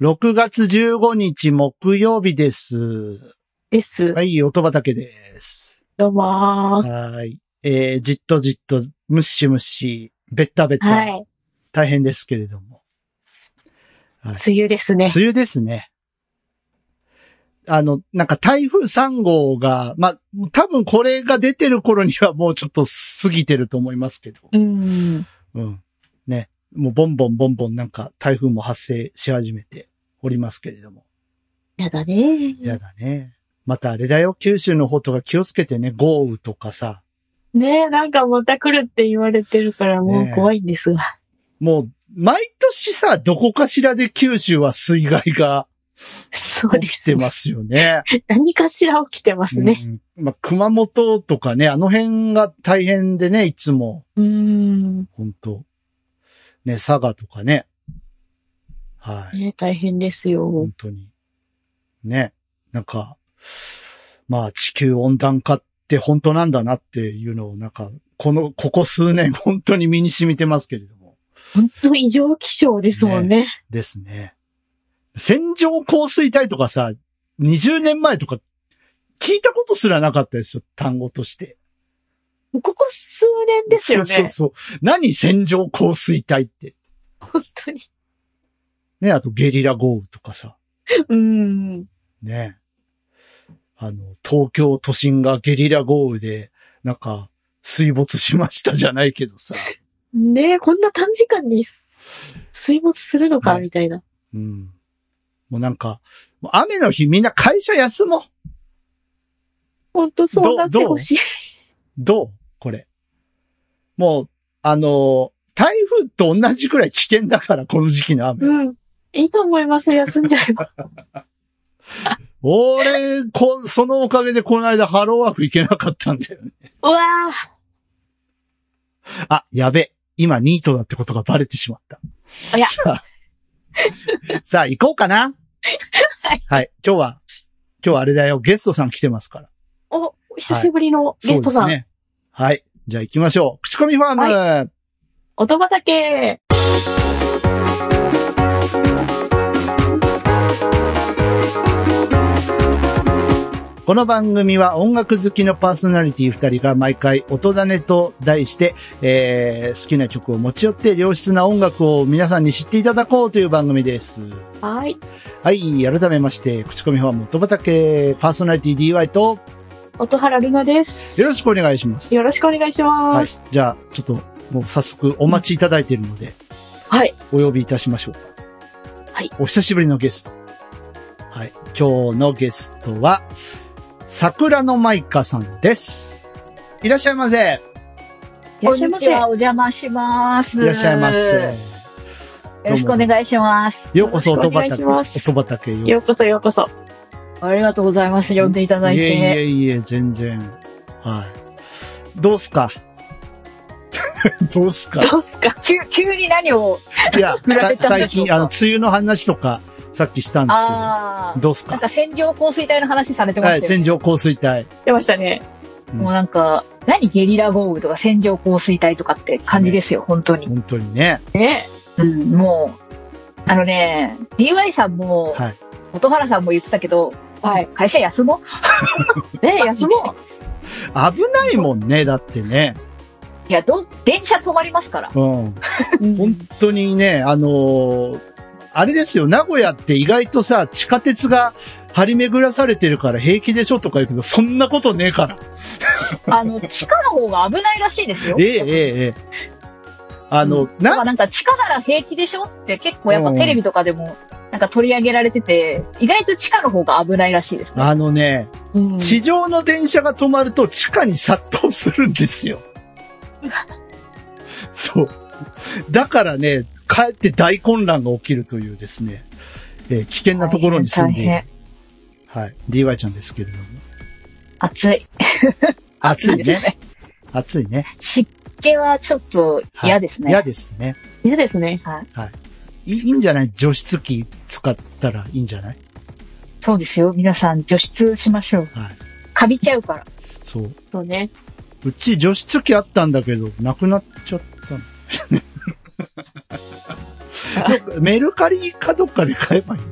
6月15日木曜日です。です。はい、音畑です。どうもー。はーい。えー、じっとじっと、むしむし、べったべった、はい。大変ですけれども。はい梅雨ですね梅。雨ですね。あの、なんか台風3号が、まあ、多分これが出てる頃には もうちょっと過ぎてると思いますけど。うん。うん。ね。もうボンボンボンボンなんか台風も発生し始めておりますけれども。やだね。やだね。またあれだよ、九州の方とか気をつけてね、豪雨とかさ、ねえ、なんかまた来るって言われてるからもうねえ怖いんですが。もう、毎年さ、どこかしらで九州は水害がそうで起きすてね。ますよね。 何かしら起きてますね。うんまあ、熊本とかね、あの辺が大変でね、いつも、うん。本当ね、佐賀とかね。はい。ねえ大変ですよ本。当に。ね。なんか、まあ地球温暖化って本当なんだなっていうのをなんか、この、ここ数年 本当に身に染みてますけれども。本当異常気象ですもんね。ですね。線状降水帯とかさ、20年前とか聞いたことすらなかったですよ、単語として。ここ数年ですよね。そうそうそう。何線状降水帯って。本当に。ね、あとゲリラ豪雨とかさ。うん。ね。あの、東京都心がゲリラ豪雨で、なんか、水没しましたじゃないけどさ。ねえ、こんな短時間に水没するのか、はいみたいな。うん。もうなんか、もう雨の日みんな会社休もう。本当そうなってほしい。どうこれ。もう、あの、台風と同じくらい危険だから、この時期の雨。うん。いいと思います。休んじゃ えば。俺、こ、そのおかげでこの間ハローワーク行けなかったんだよね。うわあ、やべ。今ニートだってことがバレてしまった。あいやさあ、 さあ行こうかな。はい。今日は、今日はあれだよ。ゲストさん来てますから。ーお、お久しぶりのゲストさん。そうですね。はい。じゃあ行きましょう。口コミファーム、音畑この番組は音楽好きのパーソナリティ二人が毎回音種と題して、えー好きな曲を持ち寄って良質な音楽を皆さんに知っていただこうという番組です。はい。はい。改めまして、口コミファーム音畑パーソナリティ DY と音原ルナです。よろしくお願いします。よろしくお願いしはまいす。。じゃあ、ちょっと、もう早速お待ちいただいているので、はい。お呼びいたしましょうか。はい。お久しぶりのゲスト。はい。今日のゲストは、桜のマイカさんです。いらっしゃいませ。いらこっんしゃいにまちせ。は、お邪魔します。いらっしゃいまよせ。ろしくお願いします。ようこそ、よろし音くお願い畑。します音畑よ。ようこそようこそ。ありがとうございます。呼んでいただいいえて。いえいえ、全然。はい。どうすか どうすかどうすか急、急に何を、い や、さ比べたんでしょうか最近、あの、梅雨の話とか、さっきしたんですけど。ああ、どうすなんかか線状降水帯の話されてまはい、したよ。線状降水帯。出ましたね。うんもうなんか、何ゲリラ豪雨とか線状降水帯とかって感じですよ、本当に。本当にね。ねうん、もう、あのね、DY さんも、はい。音原さんも言ってたけど、はい。会社休もうね休も危ないもんね、だってね。いや、ど、電車止まりますから。うん。う。うん本当にね、あのーあれですよ、名古屋って意外とさ、地下鉄が張り巡らされてるから平気でしょとか言うけど、そんなことねえから。あの、地下の方が危ないらしいです よ。ええええええ。あの、なんなか、なんか地下なら平気でしょって結構やっぱテレビとかでもなんか取り上げられてて、意外と地下の方が危ないらしいですね。あのね、うん地上の電車が止まると地下に殺到するんです よ。そう。だからね、帰って大混乱が起きるというですね、えー危険なところに住んでいる大。変はい。DY ちゃんですけれども。暑い。暑いですね。。暑いね。湿気はちょっとはい嫌ですね。嫌ですね。嫌ですね。いいいんじゃない除湿機使ったらいいんじゃないそうですよ。皆さん除湿しましょう。はい。カビちゃうから。そう。そうね。うち 除湿機あったんだけど、なくなっちゃったの。メルカリかどっかで買えばいい。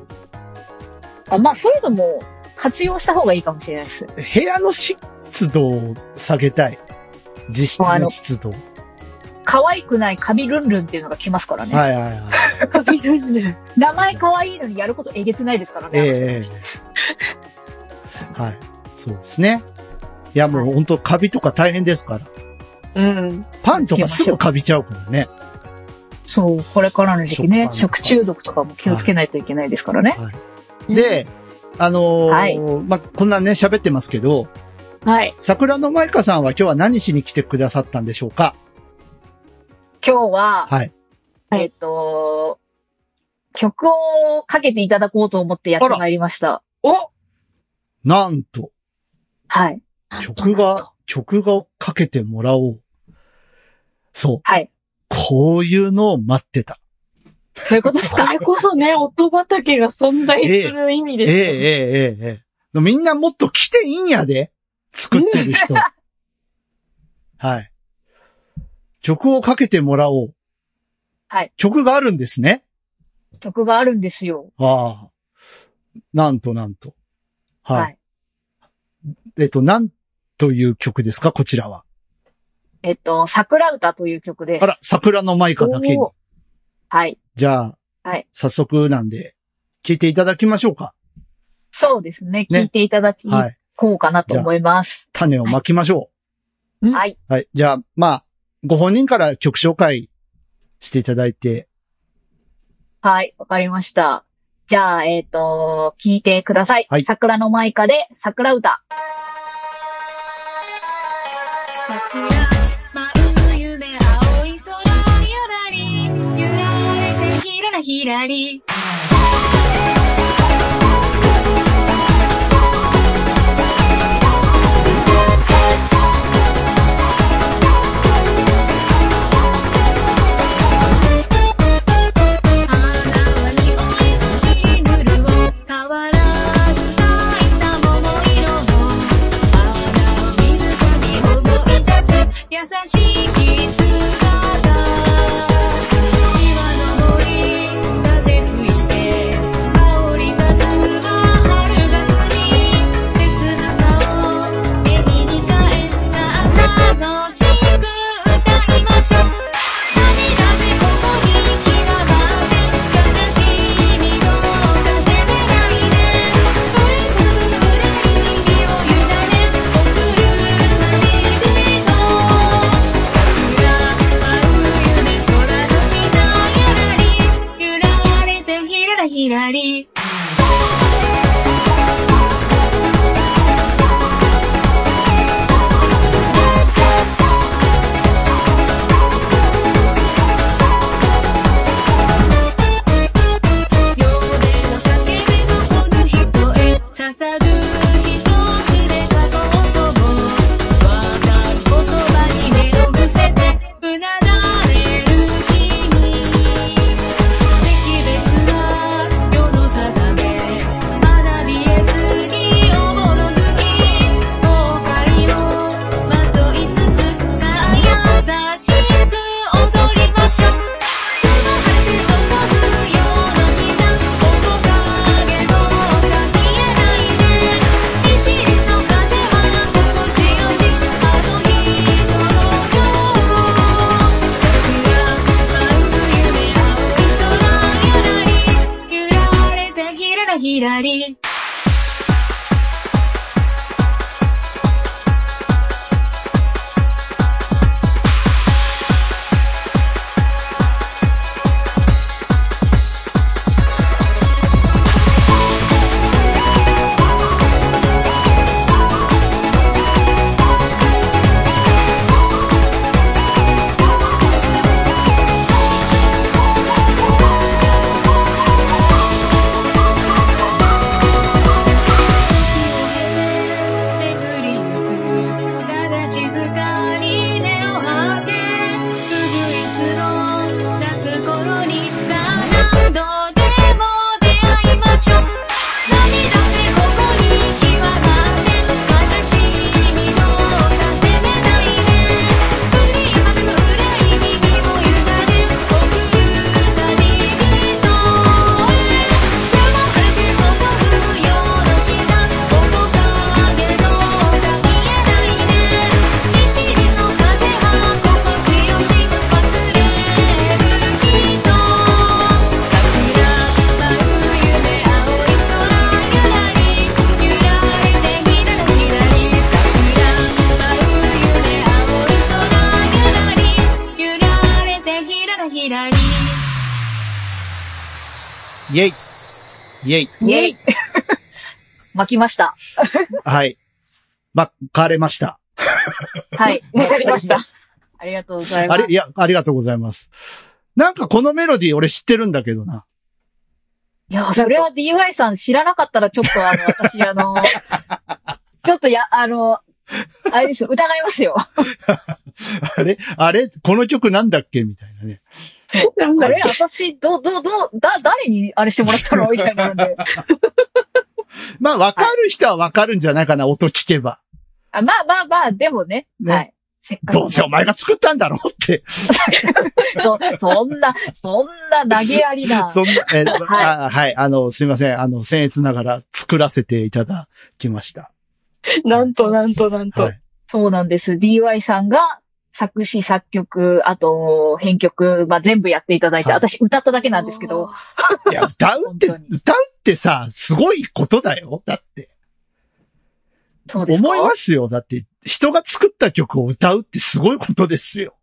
あまあ、そういうのも活用した方がいいかもしれないです。部屋の湿度を下げたい。自室の湿度。可愛くないカビルンルンっていうのが来ますからね。はいはいはい。カビルンルン。名前可愛いのにやることえげつないですからね。あの人ええたちええはい。そうですね。いや、もう本当カビとか大変ですから。うん。パンとかすぐカビちゃうからね。そう、これからの時期ね、食食中毒とかも気をつけないといけないですからね。で、あのーはいまあ、こんなね、喋ってますけど、はい。桜の舞香さんは今日は何しに来てくださったんでしょうか今日は、はい。はいえっ、と、曲をかけていただこうと思ってやってまいりました。おなんと、はい。曲が、曲がかけてもらおう。そう。はい。こういうのを待ってた。そういうことですこかれこそね、音畑が存在する意味えでええすよね。えええみんなもっと来ていいんやで。作ってる 人。はい。曲をかけてもらおう。はい。曲があるんですね。曲があるんですよ。ああ。なんとなんと。はい。はいえっと、なんという曲ですかこちらは。えっ、と、桜歌という曲であ。ら、桜の舞香だけに。おーはい。じゃあ、はい早速なんで、聞いていただきましょうか。そうですね。ね聴いていただき、はい。こうかなと思います。種をまきましょう。はいはい。はい。じゃあ、まあ、ご本人から曲紹介していただいて、はい。わかりました。じゃあ、えっ、と、聴いてください。はい桜の舞歌で桜歌。桜舞う夢青い空ゆらり揺られてひららひらり花は匂いのちりぬるを変わらず咲いた桃色も「あなたを見るたび覚え出す優しき姿」「今の森風吹いて香りたつは春が過ぎ」「切なさを笑みに変えさあ楽しく歌いましょう」「涙でここに気が回って悲しみの音が」「責めないで」「愛する胸に身を委ね」「送る何々の」「空舞う夢空と下ゆらり」「揺られてひららひらり」「夜の叫びのこの人へ」「捧ぐひとつで書こうとも」「わかる言葉に目を伏せてうなだれる君」「識別は世の定め」「学びえすぎおぼろずき」「後悔をまといつつさあ優しく踊りましょう」「手が果て注ぐような下」「面影の影」「が消えないで」「一輪の風は心地よし」「あの日の情報」「桜舞う夢青い空ゆらり」「揺られてひららひらり」「あなたの声を聞きながら」イェイイェイイェイ 巻きました。はい。ま、買われました。はい。わかりました。 ありがとうございまあすれ、い。や、ありがとうございます。なんかこのメロディー俺知ってるんだけどな。いや、それは DY さん知らなかったらちょっと あの、私、あの、ちょっとや、あの、あれです、疑いますよ。あれあれこの曲なんだっけみたいなね。なんだあっれ、私、ど、ど、ど、だ、誰にあれしても らったのみたいなので。まあ、わかる人はわかるんじゃないかな、音聞けば。あまあまあまあ、でもね。ねはい。せっかく。どうせお前が作ったんだろうって。そ、そんな、そんな投げやりな。 そんな、えーはいあはい、あの、すいません。あの、僭越ながら作らせていただきました。けなんとなんとなんとは。い。そうなんです。DY さんが作詞、作曲、あと、編曲、まあ全部やっていただいて、はい私歌っただけなんですけど、。いや、歌うって、本当に歌うってさ、すごいことだよ。だって。そうですか思いますよ。だって、人が作った曲を歌うってすごいことですよ。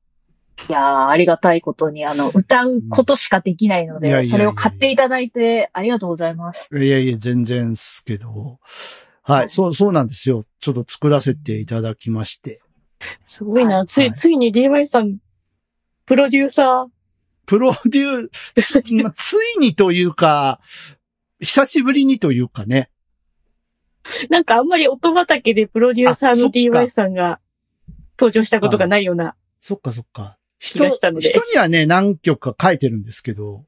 いやーありがたいことに、あの、歌うことしかできないのうんいやいやいで、やそれを買っていただいて、ありがとうございます。いやいや、全然っすけど。はい、そう、そうなんですよ。ちょっと作らせていただきまして。すごいはな。つはいい、ついに DY さん、プロデューサー。プロデュース、まあついにというか、久しぶりにというかね。 なんかあんまり音畑でプロデューサあーそっのか DY さんが登場したことがないような。そっかそっか。人、気がしたので人にはね、何曲か書いてるんですけど、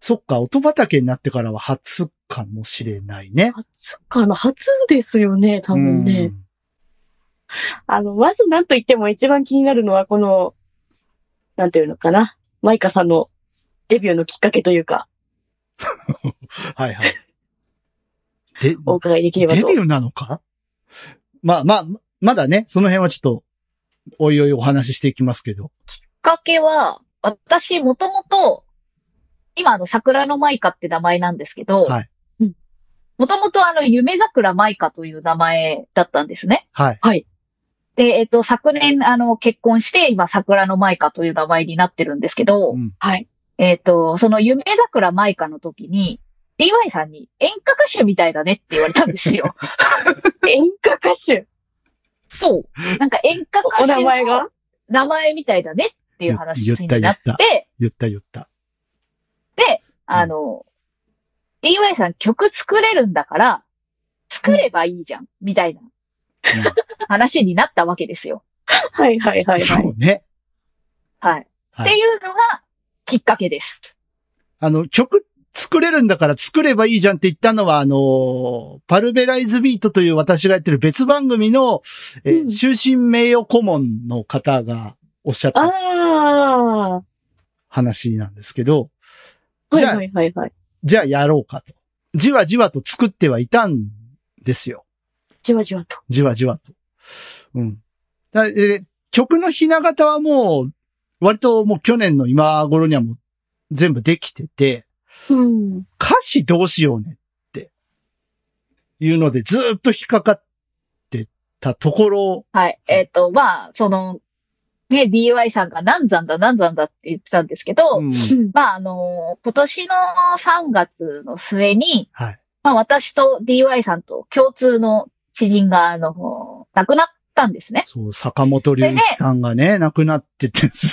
そっか、音畑になってからは初かもしれないね。初かな初ですよね、多分ね。うんあの、まずなんと言っても一番気になるのはこの、なんていうのかな。マイカさんのデビューのきっかけというか、はいはい。で、お伺いできればデとビ。ューなのかまあまあ、まだね、その辺はちょっと、おいおいお話ししていきますけど。きっかけは、私、もともと、今、あの、桜のマイカって名前なんですけどはい、もともと、あの、夢桜マイカという名前だったんですね。はい。で、えっと、昨年、あの、結婚して、今、桜のマイカという名前になってるんですけど、うんはい。えっ、と、その夢桜マイカの時に、DY さんに演歌歌手みたいだねって言われたんですよ。演歌歌手。そう。なんか演歌歌 お手名前のが名前みたいだねっていう話になっ言ったて、言った言った。あの、DY さん曲作れるんだから、作ればいいじゃん、みたいな話になったわけですよ。はいはいはうんいはそい。うね。はい。はいっていうのがきっかけです。あの、曲作れるんだから作ればいいじゃんって言ったのは、あのー、パルベライズビートという私がやってる別番組の、えーうん終身名誉顧問の方がおっしゃったあ話なんですけど、あ。はじいゃあはいはいはい。じゃあやろうかと。じわじわと作ってはいたんですよ。じわじわと。じわじわと。うん。だえー曲のひな形はもう、割ともう去年の今頃にはもう全部できてて、うん。歌詞どうしようねって、いうのでずーっと引っかかってたところ、はい。えっ、と、まあ、その、ね、DY さんが難産だ難産だって言ってたんですけど、うんまあ、あの、今年の3月の末に、はい。まあ、私と DY さんと共通の知人が、あの、亡くなったんですね。そう、坂本龍一さんがね、亡くなってて、そ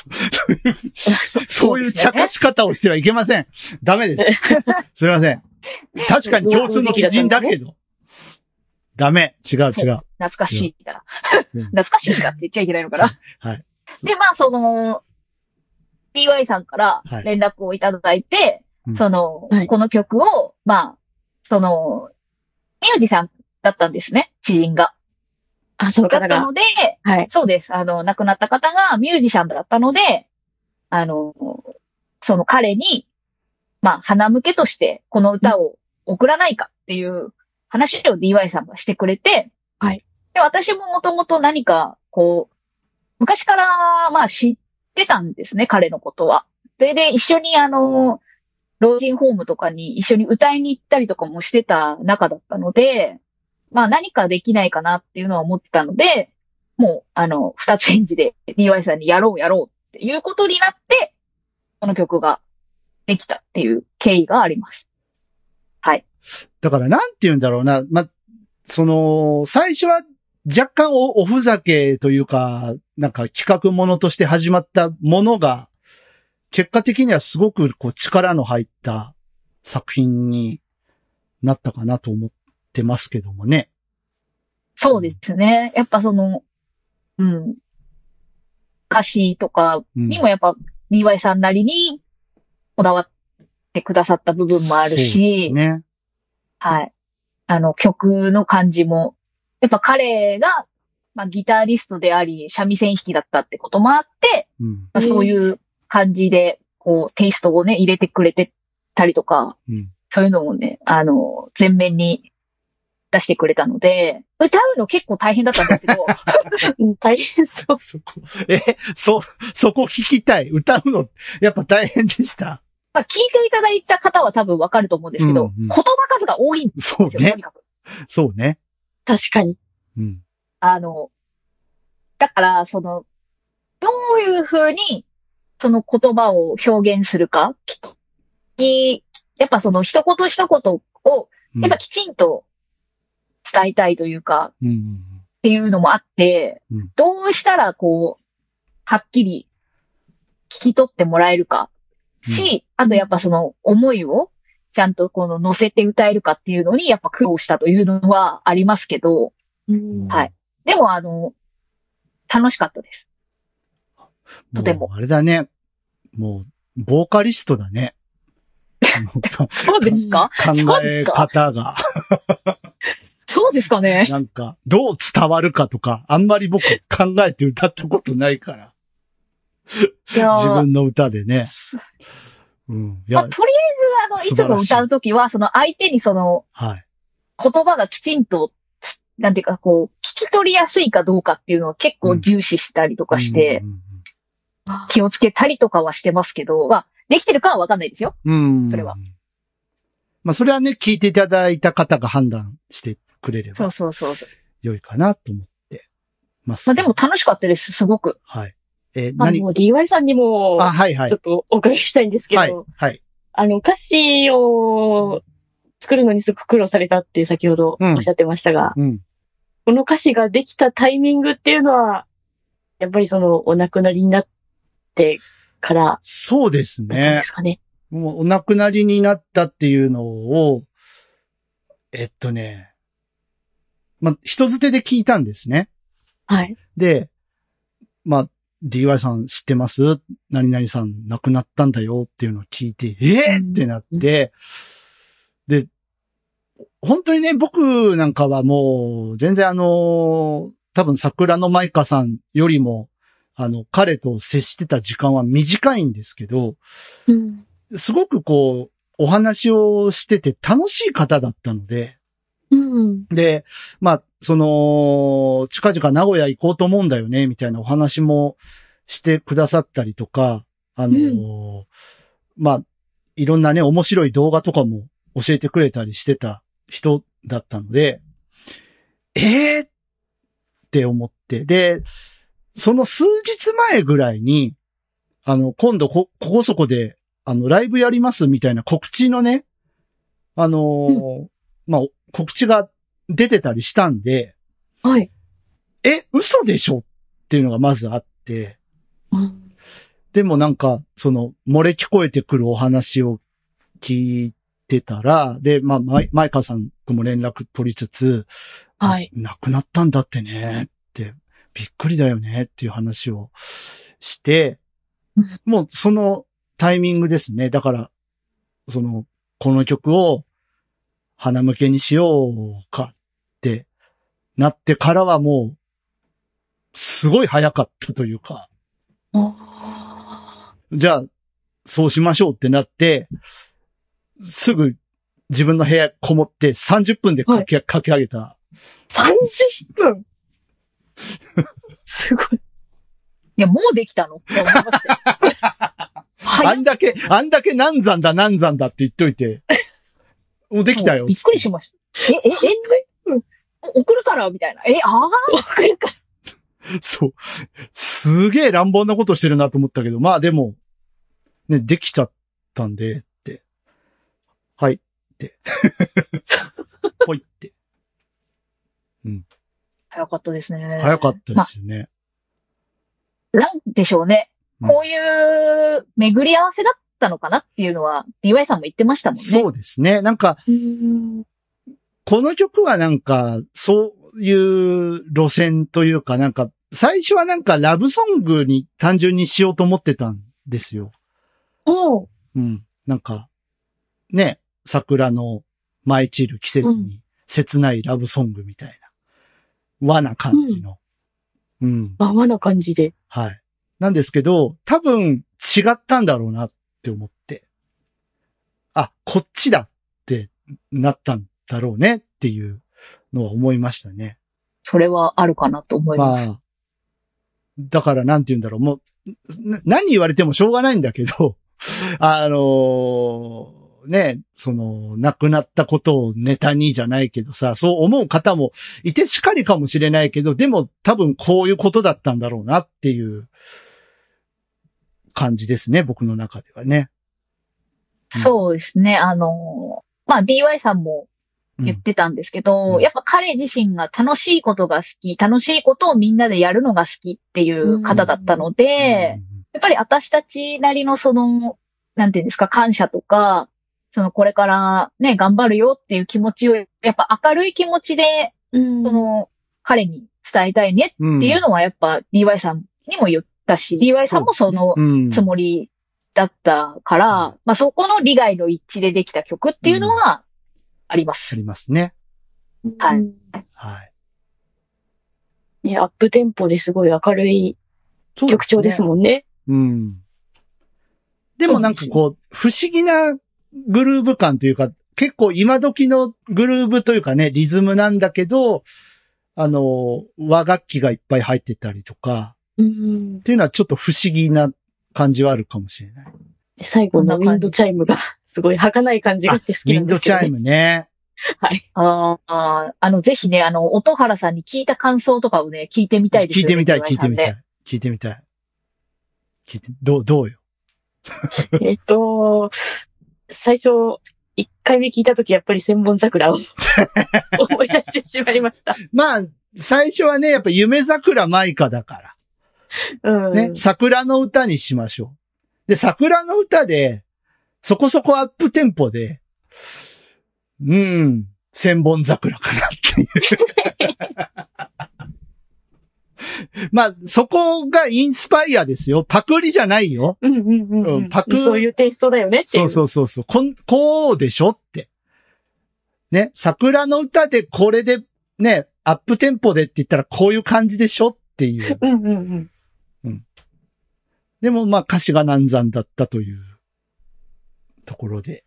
そ そういうです茶よ化ねし方をしてはいけません。ダメです。すいません。確かに共通の知人だけど。ダメ。違う違う。懐かしいな。うん懐かしいなって言っちゃいけないのかな。はい。で、まあ、その、DY さんからはい連絡をいただいて、うんその、はいこの曲を、まあ、その、ミュージさんだったんですね、知人が。あ、そのだ方ったが。ので、はい。そうです。あの、亡くなった方がミュージシャンだったので、あの、その彼に、まあ、花向けとして、この歌を送らないかっていう話を DY さんがしてくれて、はい。で、私ももともと何か、こう、昔から、まあ、知ってたんですね、彼のことは。それで、一緒に、あの、老人ホームとかに一緒に歌いに行ったりとかもしてた中だったので、まあ何かできないかなっていうのは思ってたので、もう、あの、二つ返事で DY さんにやろうやろうっていうことになって、この曲ができたっていう経緯があります。はい。だからなんて言うんだろうな。ま、その、最初は若干おおふざけというか、なんか企画ものとして始まったものが、結果的にはすごくこう力の入った作品になったかなと思ってますけどもね。そうですね。やっぱその、うん。歌詞とかうんにもやっぱ、DY さんなりにこだわってくださった部分もあるそうでし、すね。はい。あの、曲の感じも、やっぱ彼が、まあ、ギタリストであり、三味線弾きだったってこともあって、うん。まあ、そういう感じで、こう、テイストをね、入れてくれてたりとか、うんそういうのをね、あの、全面に出してくれたので、歌うの結構大変だったんですけ ど、うん大変そう。そこ、 え、そ、そこ聞きたい。歌うの、やっぱ大変でした。まあ、聞いていただいた方は多分わかると思うんですけど、うんうん言葉数が多いんでそうすよ、ねとに。かく。そうね。確かに。うん。あの、だから、その、どういうふうに、その言葉を表現するか、ききやっぱその一言一言を、うんやっぱきちんと伝えたいというか、うんうんっていうのもあってうん、どうしたらこう、はっきり聞き取ってもらえるか、し、あとやっぱその思いを、ちゃんとこの乗せて歌えるかっていうのに、やっぱ苦労したというのはありますけど、うんはいでも、あの、楽しかったです。うとてもうあれだね。もう、ボーカリストだ ね。もうかそうですか考え方が、そうですかねなんか、どう伝わるかとか、あんまり僕考えて歌ったことないから。いやー自分の歌でね。うん。いまやあ、、とりあえず、素あの、晴いつもらしい歌うときは、その相手にそのはい。言葉がきちんと、なんていうか、こう、聞き取りやすいかどうかっていうのを結構重視したりとかしてう、ん気をつけたりとかはしてますけど、まあ、できてるかはわかんないですよ。うん。それは。まあ、それはね、聞いていただいた方が判断してくれれそばうそうそうそう。良いかなと思ってます。まあ、でも、楽しかったです、すごく。はい。えーあ何の、DY さんにも、あ、はいはいちょっ。とお伺いしたいんですけど、はい。はい。あの、歌詞を作るのにすごく苦労されたって先ほどうんおっしゃってましたが、うん。この歌詞ができたタイミングっていうのは、やっぱりその、お亡くなりになってから、そうですねで。すかね。もうお亡くなりになったっていうのを、えっとね、まあ、人づてで聞いたんですね。はい。で、まあ、DY さん知ってます何々さん亡くなったんだよっていうのを聞いて、えー、ってなって、で、本当にね、僕なんかはもう、全然あの多分桜の舞香さんよりも、あの、彼と接してた時間は短いんですけど、うん。すごくこう、お話をしてて楽しい方だったので、うん。で、まあ、その、近々名古屋行こうと思うんだよね、みたいなお話もしてくださったりとか、あのーまあ、いろんなね、面白い動画とかも教えてくれたりしてた人だったので、えー、って思って、で、その数日前ぐらいに、あの、今度こ、ここそこで、あの、ライブやりますみたいな告知のね、あのーまあ、告知が出てたりしたんで、はい。え、嘘でしょっていうのがまずあって、うんでもなんか、その、漏れ聞こえてくるお話を聞いてたら、で、まあ、マイマイカさんとも連絡取りつつ、はい。亡くなったんだってね、って、びっくりだよね、っていう話をしてうん、もうそのタイミングですね。だから、その、この曲を鼻向けにしようかってなってからはもう、すごい早かったというか、あじゃあ、そうしましょうってなって、すぐ自分の部屋こもって30分で書き,、書き上げた。ー30分すごい。いや、もうできたのって思いましたよ。はあ い。んだけ、あんだけ難産だ難産だって言っといて、もうできたよ。びっくりしました。え、え、え、お送るからみたいな。え、ああ送るかそう。すげえ乱暴なことしてるなと思ったけど、まあでも、ね、できちゃったんで、って。はい。て。 ぽいって。早かったですね。早かったですよね。なんでしょうね。うんこういう巡り合わせだったのかなっていうのは、DY さんも言ってましたもんね。そうですね。なんか、 うん。この曲はなんか、そういう路線というか、なんか、最初はなんかラブソングに単純にしようと思ってたんですよ。おう。うん。なんか、ね、桜の舞い散る季節うに切ないラブソングみたいな、和な感じの。うん。まあまあな感じで。はい。なんですけど、多分違ったんだろうなって思って。あ、こっちだってなったんだろうねっていうのは思いましたね。それはあるかなと思います。まあ、だからなんて言うんだろう、もう、な何言われてもしょうがないんだけど、 あのーね、その、亡くなったことをネタにじゃないけどさ、そう思う方もいてしかりかもしれないけど、でも多分こういうことだったんだろうなっていう感じですね、僕の中ではね。そうですね。あの、まあ DY さんもうん言ってたんですけど、うんやっぱ彼自身が楽しいことが好き、楽しいことをみんなでやるのが好きっていう方だったので、やっぱり私たちなりのその、なんていうんですか、感謝とか、そのこれからね、頑張るよっていう気持ちを、やっぱ明るい気持ちで、うんその彼に伝えたいねうんっていうのはやっぱ DY さんにも言ったし、DY さんもそのうんつもりだったから、うんまあそこの利害の一致でできた曲っていうのはありまあす。りますね。はいはい。ね、アップテンポですごい明るいそう曲調ですもんね。うん。でもなんかこう、不思議なグルーヴ感というか、結構今時のグルーヴというかね、リズムなんだけど、あの、和楽器がいっぱい入ってたりとか、うんっ。ていうのはちょっと不思議な感じはあるかもしれない。最後のウィンドチャイムがすごい儚い感じあ、ウがして好きィなんンでドすチよ、ャね。イムね。はい。ああ、あの、ぜひね、あの、音原さんに聞いた感想とかをね、聞いてみたいです聞いよてね。みたい、岩聞井いてさんみねたい。聞いてみたい。聞いて、どう、どうよ。えっと、最初、一回目聞いたとき、やっぱり千 本桜を思い出してしまいました。まあ、最初はね、やっぱ夢桜舞香だから。うん。ね、桜の歌にしましょう。で、桜の歌で、そこそこアップテンポで、うん、千本桜かなっていう。 まあ、そこがインスパイアですよ。パクリじゃないよ。うんうんうん、うんうんパクそういうテイストだよねってい。そううそうそうそう。こん、こうでしょって。ね、桜の歌でこれで、ね、アップテンポでって言ったらこういう感じでしょっていう。う。うんうんうん。でもまあ歌詞が難産だったというところで、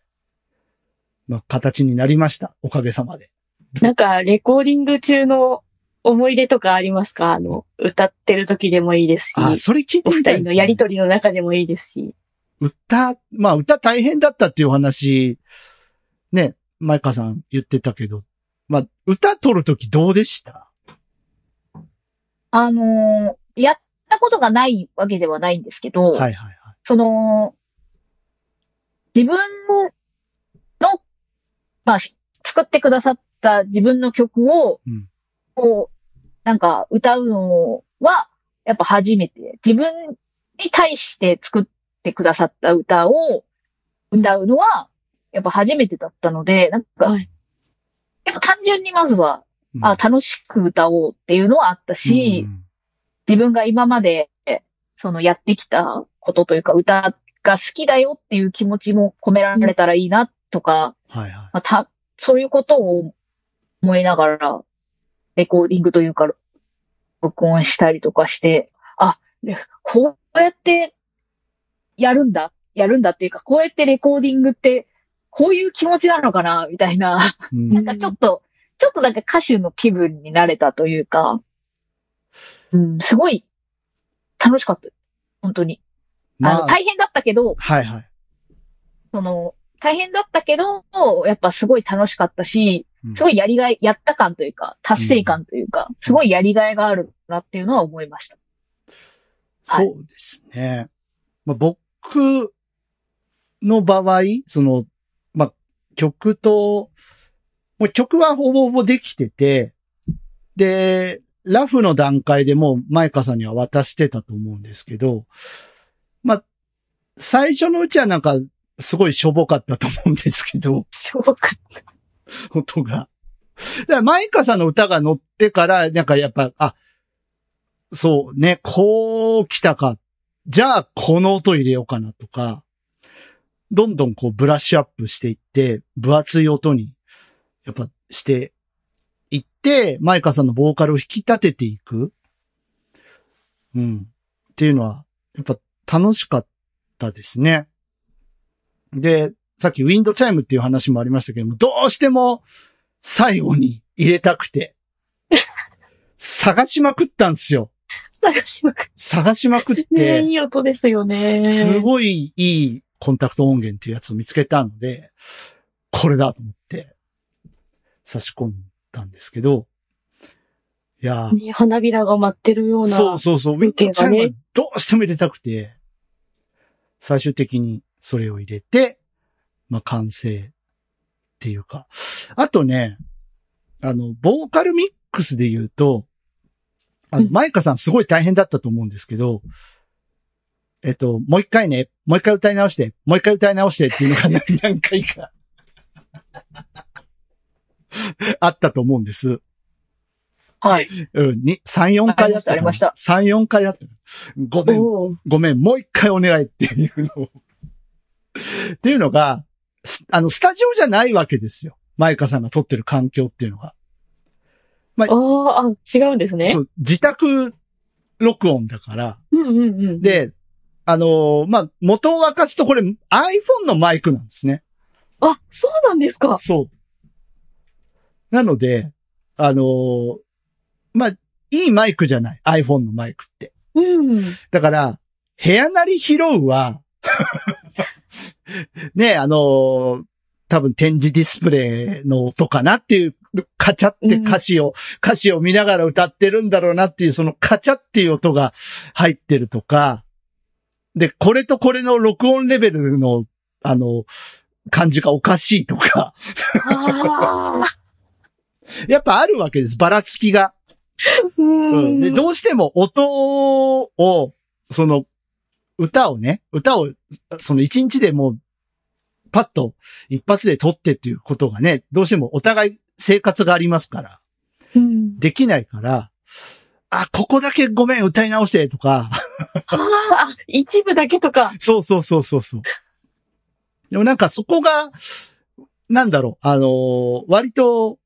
まあ形になりました。おかげさまで。なんか、レコーディング中の思い出とかありますかあの、歌ってる時でもいいですあ、し、それ聞いておみた二いです、人のね。やりとりの中でもいいですし。歌、まあ歌大変だったっていうお話、ね、マイカさん言ってたけど、まあ歌撮るときどうでしたあのーやったことがないわけではないんですけど、はいはいはい。その、自分の、まあ、し作ってくださった自分の曲を、うんこう、なんか歌うのは、やっぱ初めて、自分に対して作ってくださった歌を歌うのは、やっぱ初めてだったので、なんか、はいやっぱ単純にまずは、うんあ、楽しく歌おうっていうのはあったし、うん自分が今まで、そのやってきたことというか、歌が好きだよっていう気持ちも込められたらいいなとか、はいはい。まあた、そういうことを思いながら、レコーディングというか、録音したりとかして、あ、こうやってやるんだ、やるんだっていうか、こうやってレコーディングって、こういう気持ちなのかな、みたいな、うんなんかちょっと、ちょっとなんか歌手の気分になれたというか、うん、すごい楽しかった。本当に。あまのあ、大変だったけど、はいはい。その、大変だったけど、やっぱすごい楽しかったし、うんすごいやりがい、やった感というか、達成感というか、すごいやりがいがあるなっていうのは思いました。はいそうですね。まあ、僕の場合、その、まあ、曲と、もう曲はほぼほぼできてて、で、ラフの段階でもうマイカさんには渡してたと思うんですけど、まあ、最初のうちはなんか、すごいしょぼかったと思うんですけど、しょぼかった。音が。だからマイカさんの歌が乗ってから、なんかやっぱ、あ、そうね、こう来たか。じゃあ、この音入れようかなとか、どんどんこうブラッシュアップしていって、分厚い音に、やっぱしていって、マイカさんのボーカルを引き立てていく。うん。っていうのは、やっぱ楽しかったですね。で、さっきウィンドチャイムっていう話もありましたけども、どうしても最後に入れたくて、探しまくったんですよ。探しまくっ探しまくってて、、いい音ですよね。すごいいいコンタクト音源っていうやつを見つけたので、これだと思って差し込んだんですけど、いやーね花びらが舞ってるような。そうそうそう、ウィンドチャイムはどうしても入れたくて、最終的にそれを入れて、まあ、完成っていうか。あとね、あの、ボーカルミックスで言うと、あの、うんマイカさんすごい大変だったと思うんですけど、えっと、もう一回ね、もう一回歌い直して、もう一回歌い直してっていうの が何何回かあったと思うんです。はい。うん、に、三、四回あったかな。ありましたあり三、四回あった。ごめん、おーごめん、もう一回お願いっていうのを。っていうのが、すあの、スタジオじゃないわけですよ。マイカさんが撮ってる環境っていうのが。あーあ、違うんですねそ。う、自宅録音だから。うんうんうん。、で、あのーまあ、元を明かすとこれ iPhone のマイクなんですね。あ、そうなんですか。そう。なので、あのーまあ、いいマイクじゃない。iPhone のマイクって。うん。だから、部屋なり拾うは、 ねえ、あのー多分展示ディスプレイの音かなっていう、カチャって歌詞を、歌詞を見ながら歌ってるんだろうなっていう、そのカチャっていう音が入ってるとか、で、これとこれの録音レベルの、あの、感じがおかしいとか、ああ。やっぱあるわけです、ばらつきが。ううん。ん。で、どうしても音を、その、歌をね、歌を、その一日でもう、パッと一発で撮ってっていうことがね、どうしてもお互い生活がありますから、うん、できないから、あ、ここだけごめん、歌い直してとか、 あーあ、一部だけとか。そうそうそうそうそう。でもなんかそこが、なんだろう、あのー割と、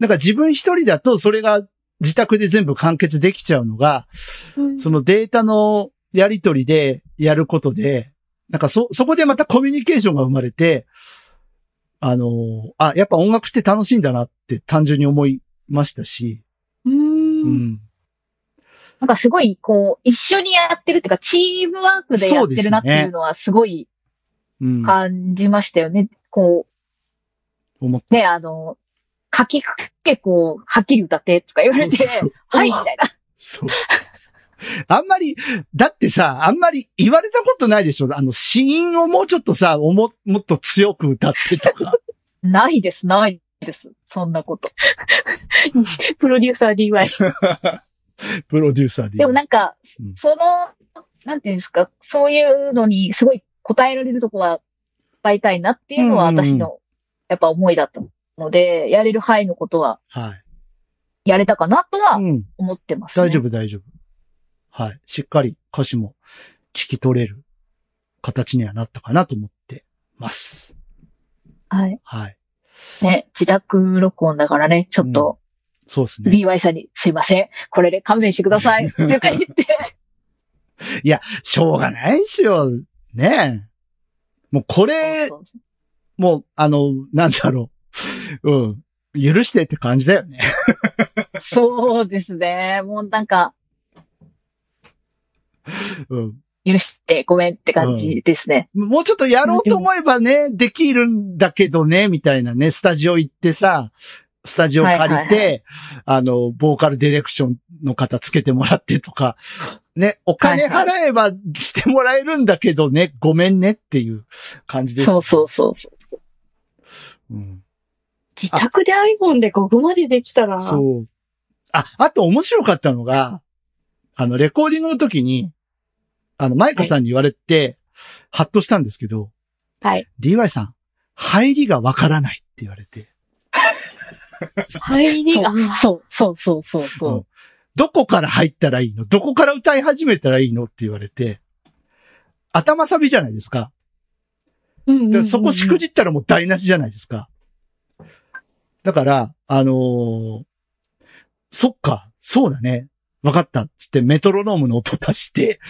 なんか自分一人だとそれが自宅で全部完結できちゃうのが、うんそのデータのやり取りでやることで、なんかそ、そこでまたコミュニケーションが生まれて、あのーあ、やっぱ音楽って楽しいんだなって単純に思いましたし、う。うんん。なんかすごい、こう、一緒にやってるっていうか、チームワークでやってるなっていうのはすごいうん。感じましたよね。こ思っう、ね、あの、書きくけ、こう、はっきり歌ってとか言わそれうそてう、そうはい、みたいな。そう。あんまり、だってさ、あんまり言われたことないでしょあの、死因をもうちょっとさ、おも、もっと強く歌ってとか。ないです、ないです。そんなこと。プロデューサ ー DY。 プロデューサーで。でもなんかうん、その、なんていうんですか、そういうのにすごい答えられるとこは、伝えたいなっていうのはうんうんうん私の、やっぱ思いだったので、やれる範囲のことは、はい。やれたかなとはうん。思ってます、ね大丈夫、大丈夫。はい。しっかり歌詞も聞き取れる形にはなったかなと思ってます。はい。はい。ね、自宅録音だからね、ちょっと、そうですね。 BY さんに、すいません、これで勘弁してください、とか 言って、しょうがないですよ。ねえ。もうこれ、そうそうもう、あの、なんだろう。うん。許してって感じだよね。 そうですね。もうなんか、うん。許してごめんって感じですね。もうちょっとやろうと思えばね、できるんだけどね、みたいなね、スタジオ行ってさ、スタジオ借りて、はいはいあの、ボーカルディレクションの方つけてもらってとか、ね、お金はい払えばしてもらえるんだけどね、ごめんねっていう感じです。そうそうそう。うん。自宅で iPhone でここまでできたら、そう。あ、あと面白かったのが、あの、レコーディングの時に、あの、マイカさんに言われて、ハッとしたんですけど、はい。 DY さん、入りがわからないって言われて、入りが、そう、そう、そう、そう、そううんどこから入ったらいいのどこから歌い始めたらいいのって言われて、頭サビじゃないですか。うんうんでうんそこしくじったらもう台無しじゃないですか。だから、あのーそっか、そうだね。わかった。つってメトロノームの音足して、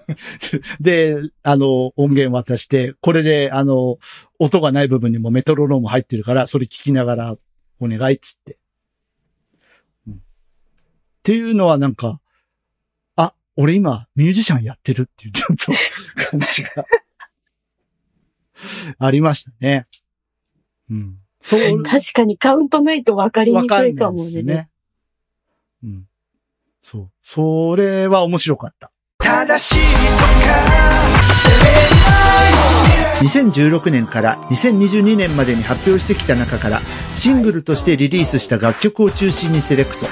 で、あの、音源渡して、これで、あの、音がない部分にもメトロノーム入ってるから、それ聞きながらお願いっつって。うん、っていうのはなんか、あ、俺今ミュージシャンやってるっていうちょっと感じがありましたね。うん。そう、確かにカウントないと分かりわにくかんいなかいもですね。ね。うん。そう。それは面白かった。2016年から2022年までに発表してきた中からシングルとしてリリースした楽曲を中心にセレクト。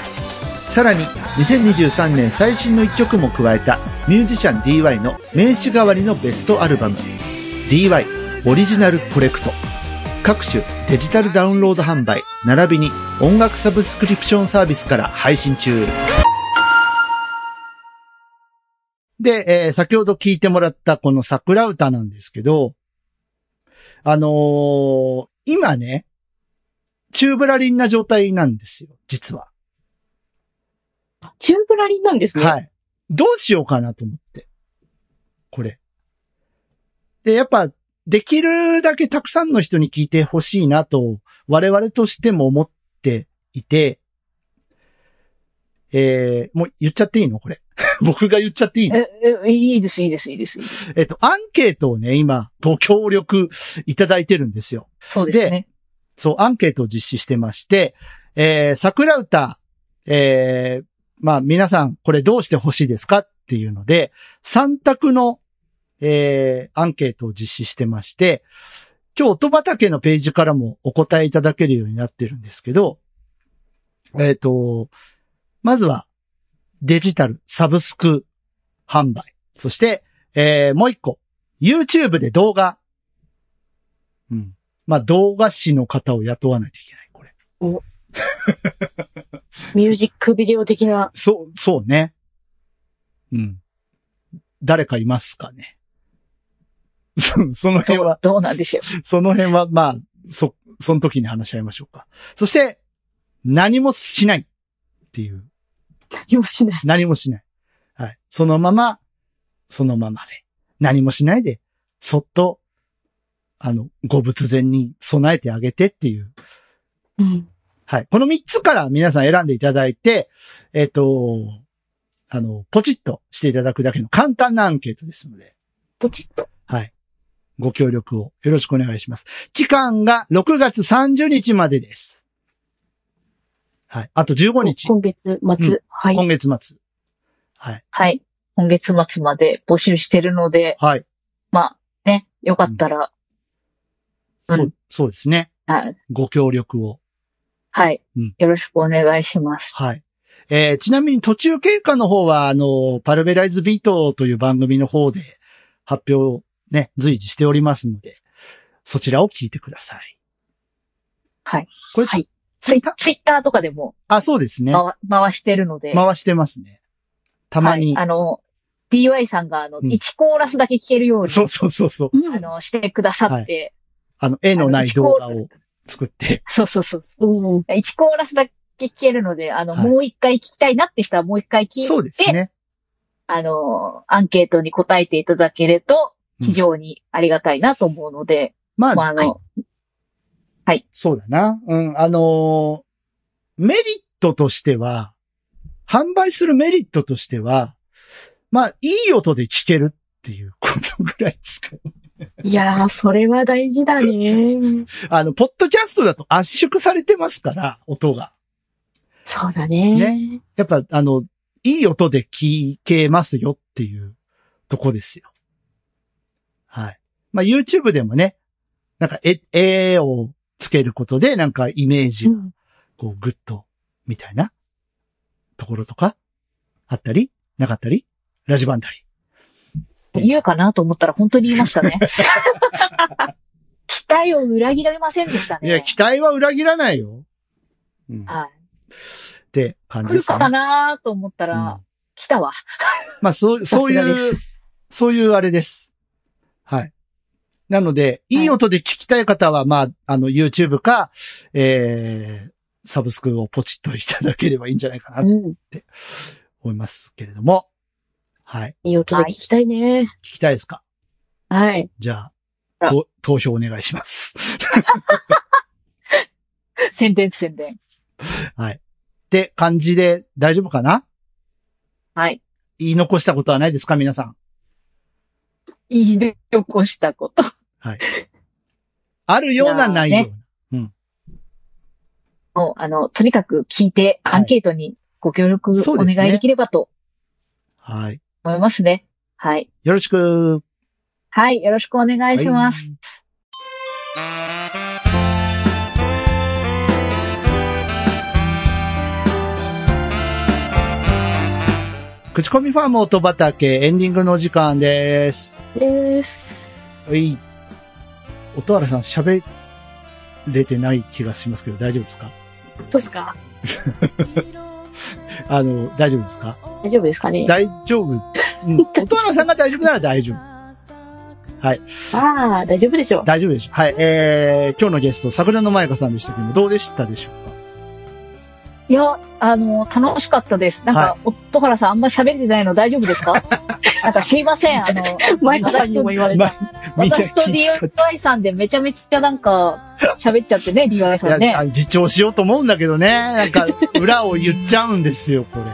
さらに2023年最新の1曲も加えたミュージシャン DY の名刺代わりのベストアルバム DY オリジナルコレクト。各種デジタルダウンロード販売並びに音楽サブスクリプションサービスから配信中で、えー先ほど聞いてもらったこの桜歌なんですけどあのー今ねチューブラリンな状態なんですよ実はチューブラリンなんですね。はい。どうしようかなと思って。これ。で、やっぱ、できるだけたくさんの人に聞いてほしいなと、我々としても思っていて、えー、もう言っちゃっていいのこれ。 僕が言っちゃっていいのえ、え、いいです、いいです、いいです。いいですえっと、アンケートをね、今、ご協力いただいてるんですよ。そうですね。そう、アンケートを実施してまして、えー、桜歌、えー、まあ皆さんこれどうしてほしいですかっていうので、3択の、えー、アンケートを実施してまして、今日音畑のページからもお答えいただけるようになってるんですけど、えっ、と、まずはデジタル、サブスク、販売。そして、えー、もう一個、YouTube で動画。うん。まあ、動画師の方を雇わないといけない、これ。ミュージックビデオ的な。そう、そうね。うん。誰かいますかね。 そその辺ど うは、どうなんでしょその辺は、まあ、そ、その時に話し合いましょうか。そして、何もしないっていう。何もしない。何もしない。はい。そのまま、そのままで。何もしないで、そっと、あの、ご仏前に備えてあげてっていううん。はい。この3つから皆さん選んでいただいて、えっ、と、あの、ポチッとしていただくだけの簡単なアンケートですので、ポチッと。はい。ご協力をよろしくお願いします。期間が6月30日までです。はい。あと15日、今月末。うんはい。今月末。はい。はい。今月末まで募集してるので、はい。まあ、ね、よかったら、うんそうそうですね。あご協力を。はい、うんよろしくお願いします。はい。えーちなみに途中経過の方は、あの、パルベライズビートという番組の方で発表をね、随時しておりますので、そちらを聞いてください。はい。これ、はいツイたツイッターとかでもあ、そうですね。回回してるので、回してますね。たまに。はい、あの、DY さんがあの、うん1コーラスだけ聴けるように、そうそうそうそう。うんあの、してくださって、あの、絵のない動画あのを作って。そうそうそう。うん。 1コーラスだけ聴けるので、あの、はいもう一回聞きたいなって人はもう一回聞いて、そうですね。あの、アンケートに答えていただけると、うん非常にありがたいなと思うので、ままあ、あ、あの、そうだな。うん、あのーメリットとしては、販売するメリットとしては、まあ、いい音で聞けるっていうことぐらいですか いやー、それは大事だ ね。あの、ポッドキャストだと圧縮されてますから、音が。そうだね。ねやっぱ、あの、いい音で聞けますよっていうとこですよ。はい。まあ、YouTube でもね、なんか、え、えーをつけることで、なんかイメージうをんこうグッと、みたいなところとか、あったり、なかったり、ラジバンダリ。言うかなと思ったら本当に言いまし たね。期待を裏切られませんでしたね。いや、期待は裏切らないよ。うん。っはて感い。じ来でるすね。かなと思ったら、うん来たわ。まあ、そう、そうさすがいでう、すそういうあれです。はい。なので、いい音で聞きたい方は、まあ、あの、YouTube か、えー、サブスクをポチッといただければいいんじゃないかなうとん。思いますけれども。はい。いい音で聞きたいね。聞きたいですかはい。じゃあ、あと投票お願いします。宣伝宣伝。って感じで大丈夫かなはい。言い残したことはないですか皆さん。いいで起こしたこと。あるような内容。いやーもう、あの、とにかく聞いて、はいアンケートにご協力そおうで願すねいできればとはい。思いますね。はい。よろしく。はい。よろしくお願いします。はい口コミファーム音畑エンディングのお時間です。です。はい。音原さん喋れてない気がしますけど大丈夫ですかどうですかあの、大丈夫ですか大丈夫ですかね大丈 夫。うん。音原さんが大丈夫なら大丈夫。ああ、大丈夫でしょ大丈夫でしょはい。えー、今日のゲスト、桜の舞香さんでしたけども、どうでしたでしょうかいや、あの、楽しかったです。なんはか、夫原さんあんま喋れてないの大丈夫で すかなんかすいません。あの、う。マイカさんにも言われまた。みんな私と気遣って DIY さんでめちゃめちゃなんか喋っちゃってね、DIY さんいや、ねあ。の自重しようと思うんだけどね。なんか、裏を言っちゃうんですよ、これ。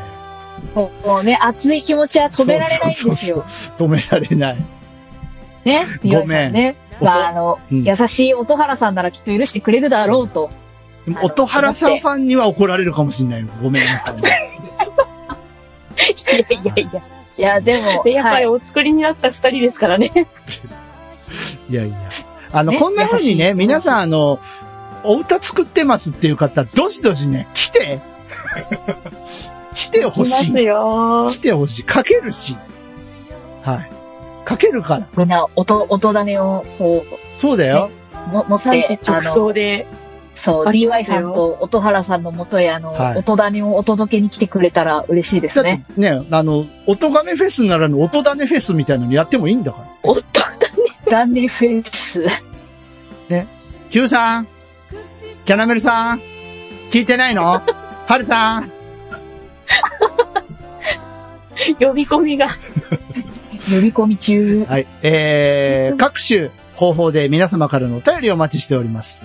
もうもうね、熱い気持ちは止められないんそうそうそでうすそうよ。止められない。ね、DIY ごめんさんね。まあ、あの、うん優しい音原さんならきっと許してくれるだろうと。でも音原さんファンには怒られるかもしれない。ごめんなさい。いやいやいや。いや、でも、で、やっぱはりい、お作りになった二人ですからね。いやいや。あの、ねこんな風に優ね、しい皆さん、あの、お歌作ってますっていう方、どしどしね、来て来て来ほましすい。よ来。てほしい。書けるし。はい。書けるから。みんな音、音種をこそうだよ。う、も、持っ産地て、直送で。そう、あります DY よさんと音原さんのもとへ、あの、はい音種をお届けに来てくれたら嬉しいでだすってね。ね、あの、音亀フェスならぬ音種フェスみたいなのやってもいいんだから。おっと、ランディフェイス。 Q さん、キャナメルさん、聞いてないのハルさん、呼び込みが。呼び込み中。はい、えー、各種方法で皆様からのお便りをお待ちしております。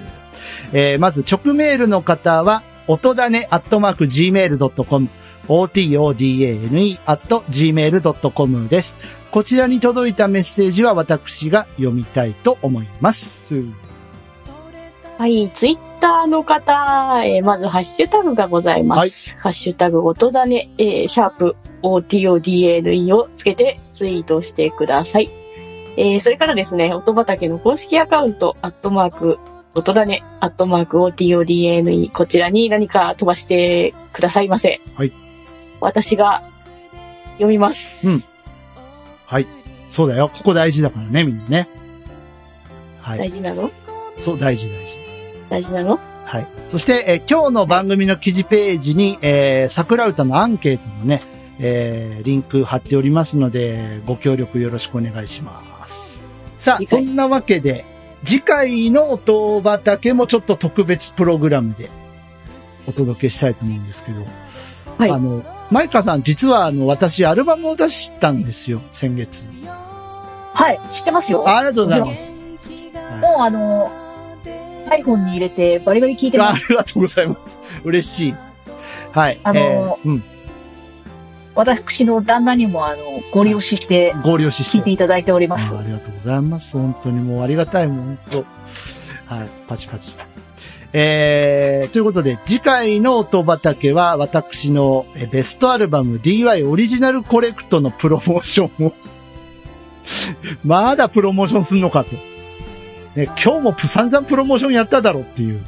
えー、まず直メールの方は、音だねアットマーク gmail.com、otodane アット gmail.com です。こちらに届いたメッセージは私が読みたいと思います。はい、ツイッターの方、えーまずハッシュタグがございます。ハッシュタグ音だね、えーシャープ OTODANE をつけてツイートしてください。えーそれからですね、音畑の公式アカウント、アットマーク、音だね、アットマーク OTODANE、こちらに何か飛ばしてくださいませ。はい。私が読みます。はい。そうだよ。ここ大事だからね、みんなね。はい。大事なのそう、大事大事。大事なのはい。そして、えー今日の番組の記事ページに、えー桜歌のアンケートのね、えーリンク貼っておりますので、ご協力よろしくお願いします。さあ、次そ回んなわけで、次回の音畑もちょっと特別プログラムでお届けしたいと思うんですけど、はいあの、マイカさん、実はあの、私、アルバムを出したんですよ、先月に。はい、知ってますよ。あありがとうございます。もうあの、iPhone に入れてバリバリ聞いてあます。りがとうございます。嬉しい。はい。あのーえーうん。私の旦那にもあの、ご利用しして合流し聞いていただいておりますあ。ありがとうございます。本当にもうありがたい、もう本当。はい、パチパチ。えー、ということで、次回の音畑は私のえベストアルバム DY オリジナルコレクトの プロモーションを、まだプロモーションすんのかと、ね、今日もプサンザンプロモーションやっただろっていう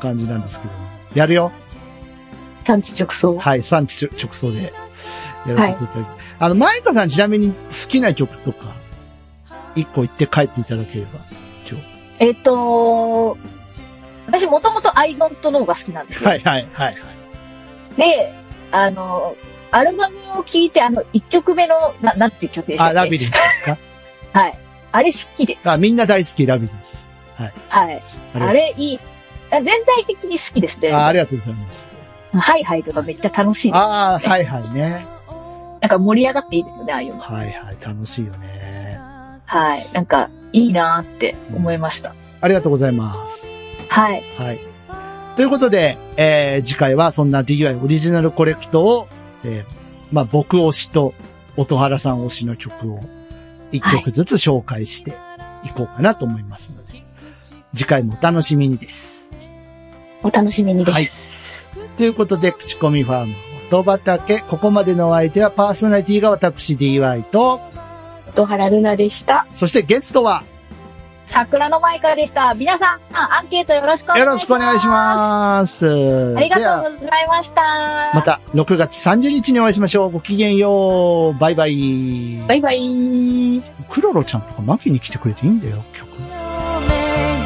感じなんですけど、やるよ。産地直送。はい、産地直送でやらせていただき、あの、マイカさんちなみに好きな曲とか、一個言って帰っていただければ。えっと、私もともと I don't know が好きなんですよ。はいはいはい。で、あの、アルバムを聴いて、あの、1曲目の、な、なんていう曲でしたっあ、けラビリンスですかはい。あれ好きです。あ、みんな大好きラビリンス。はい。あれあれいい。あ全体的に好きですね。あありがとうございます。ハイハイとかめっちゃ楽しいです。ああ、はいはいね。なんか盛り上がっていいですよね、ああいうの。はいはい、楽しいよね。はい。なんか、いいなーって思いました。ありがとうございます。はい。はい。ということで、えー、次回はそんな DI オリジナルコレクトを、えー、まあ、僕推しと音原さん推しの曲を一曲ずつ紹介していこうかなと思いますので、次回もお楽しみにです。お楽しみにです。はいということで、口コミファーム音畑、ここまでのお相手はパーソナリティが私 DY と、音原ルナでした。そしてゲストは桜のマイカでした。皆さん、アンケートよろしくおよ願いしまろす。しくお願いします。ありがとうございました。また6月30日にお会いしましょう。ごきげんよう。バイバイ。バイバイ。クロロちゃんとかマキに来てくれていいんだよ、曲。 「素敵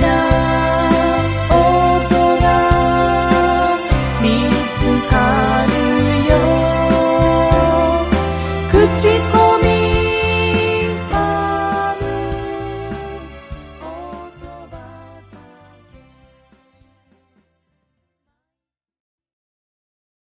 な音が見つかるよ」「口コ